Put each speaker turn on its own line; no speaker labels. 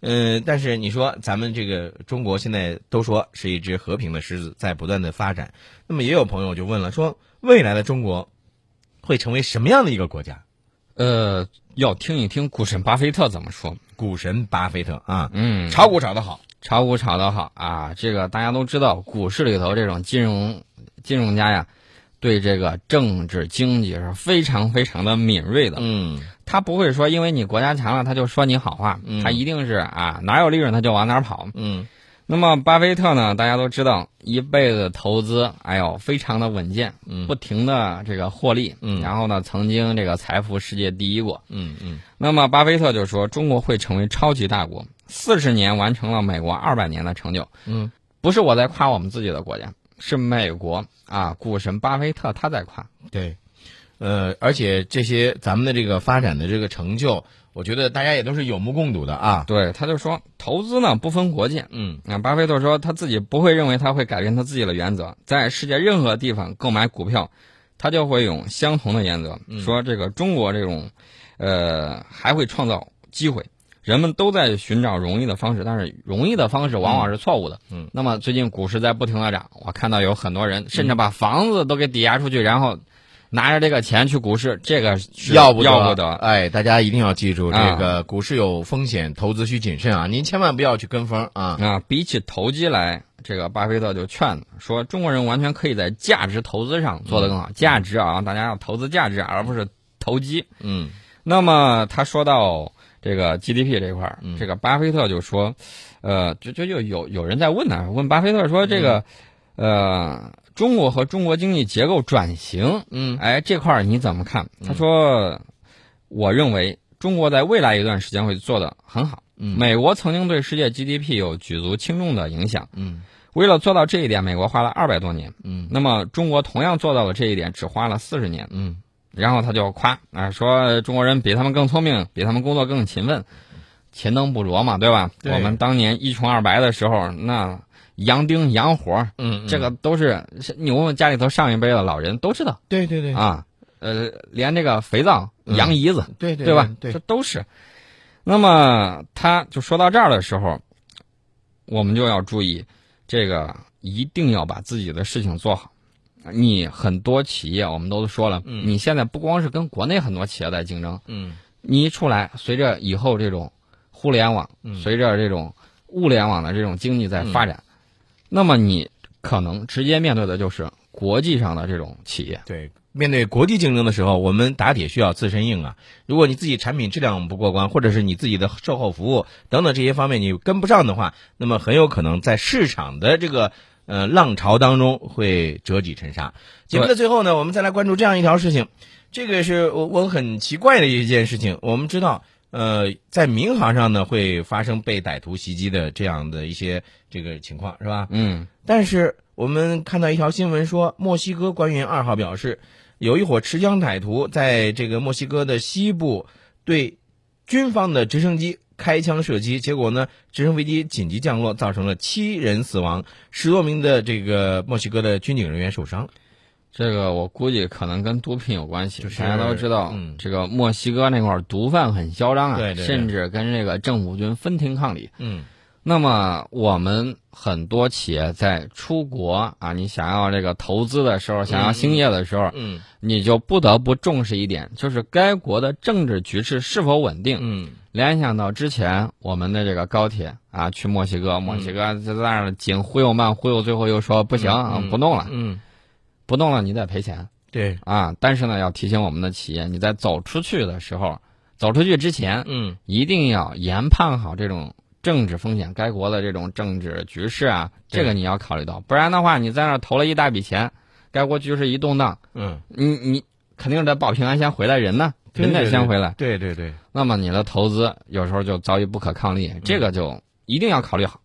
呃，但是你说咱们这个中国现在都说是一只和平的狮子，在不断的发展。那么也有朋友就问了，说未来的中国会成为什么样的一个国家？
呃，要听一听股神巴菲特怎么说。
股神巴菲特啊，
嗯，
炒股炒得好，
炒股炒得好啊，这个大家都知道，股市里头这种金融金融家呀，对这个政治经济是非常非常的敏锐的。
嗯，
他不会说因为你国家强了，他就说你好话，
嗯
他一定是啊哪有利润他就往哪儿跑。
嗯，
那么巴菲特呢，大家都知道，一辈子投资，哎呦，非常的稳健，
嗯
不停的这个获利，
嗯
然后呢，曾经这个财富世界第一过。
嗯嗯
那么巴菲特就说，中国会成为超级大国，四十年完成了美国二百年的成就。
嗯，
不是我在夸我们自己的国家，是美国啊，股神巴菲特他在夸。
对，呃，而且这些咱们的这个发展的这个成就，我觉得大家也都是有目共睹的啊。
对，他就说投资呢不分国界。
嗯
啊，巴菲特说他自己不会认为他会改变他自己的原则，在世界任何地方购买股票，他就会用相同的原则，
嗯
说这个中国这种，呃，还会创造机会。人们都在寻找容易的方式，但是容易的方式往往是错误的。
嗯嗯
那么最近股市在不停的涨，我看到有很多人甚
嗯
至把房子都给抵押出去，然后拿着这个钱去股市，这个是
要
不
不得，
要得。
哎，大家一定要记住，
啊
这个股市有风险，投资需谨慎啊！您千万不要去跟风啊！
啊，比起投机来，这个巴菲特就劝说中国人完全可以在价值投资上做得更好。价值啊，大家要投资价值，而不是投机。
嗯
那么他说到这个 GDP 这块儿，
嗯
这个巴菲特就说，呃，就就就有有人在问呢、问巴菲特说这个，呃，中国和中国经济结构转型，
嗯
哎，这块儿你怎么看？他说，我认为中国在未来一段时间会做得很好。
嗯
美国曾经对世界 GDP 有举足轻重的影响。
嗯
为了做到这一点，美国花了二百多年。
嗯
那么中国同样做到了这一点，只花了四十年。
嗯
然后他就夸啊，说中国人比他们更聪明，比他们工作更勤奋，勤能补拙嘛，对吧？
对
我们当年一穷二白的时候，那洋丁洋活，
嗯，
这个都是是你问问家里头上一辈的老人都知道
对对对
啊。呃，连这个肥皂、
嗯
羊胰子，
对对
对吧？
对
这，都是。那么他就说到这儿的时候，我们就要注意，这个一定要把自己的事情做好。你很多企业，我们都说了，
嗯
你现在不光是跟国内很多企业在竞争，
嗯
你一出来，随着以后这种互联网，
嗯
随着这种物联网的这种经济在发展，那么你可能直接面对的就是国际上的这种企业。
对。面对国际竞争的时候，我们打铁需要自身硬啊！如果你自己产品质量不过关，或者是你自己的售后服务等等这些方面你跟不上的话，那么很有可能在市场的这个呃浪潮当中会折戟沉沙。节目的最后呢，我们再来关注这样一条事情，这个是我我很奇怪的一件事情。我们知道，呃，在民航上呢会发生被歹徒袭击的这样的一些这个情况，是吧？
嗯，
但是我们看到一条新闻说，墨西哥官员二号表示，有一伙持枪歹徒在这个墨西哥的西部对军方的直升机开枪射击，结果呢，直升飞机紧急降落，造成了七人死亡，十多名的这个墨西哥的军警人员受伤。
这个我估计可能跟毒品有关系，
就是
大家都知道，
嗯
这个墨西哥那块儿毒贩很嚣张啊，
对对对
甚至跟这个政府军分庭抗礼。
嗯
那么我们很多企业在出国啊，你想要这个投资的时候，想要兴业的时候，
嗯
你就不得不重视一点，就是该国的政治局势是否稳定。
嗯
联想到之前我们的这个高铁啊，去墨西哥，墨西哥在那儿紧忽悠慢忽悠，最后又说不行，啊
嗯嗯
不弄了，
嗯，
不弄了，你得赔钱。
对，
啊，但是呢，要提醒我们的企业，你在走出去的时候，走出去之前，
嗯
一定要研判好这种政治风险，该国的这种政治局势啊，这个你要考虑到，不然的话，你在那儿投了一大笔钱，该国局势一动荡，
嗯，
你你肯定得保平安先回来，人呢，
对
人得
对
先回来，
对对对。
那么你的投资有时候就遭遇不可抗力，这个就一定要考虑好。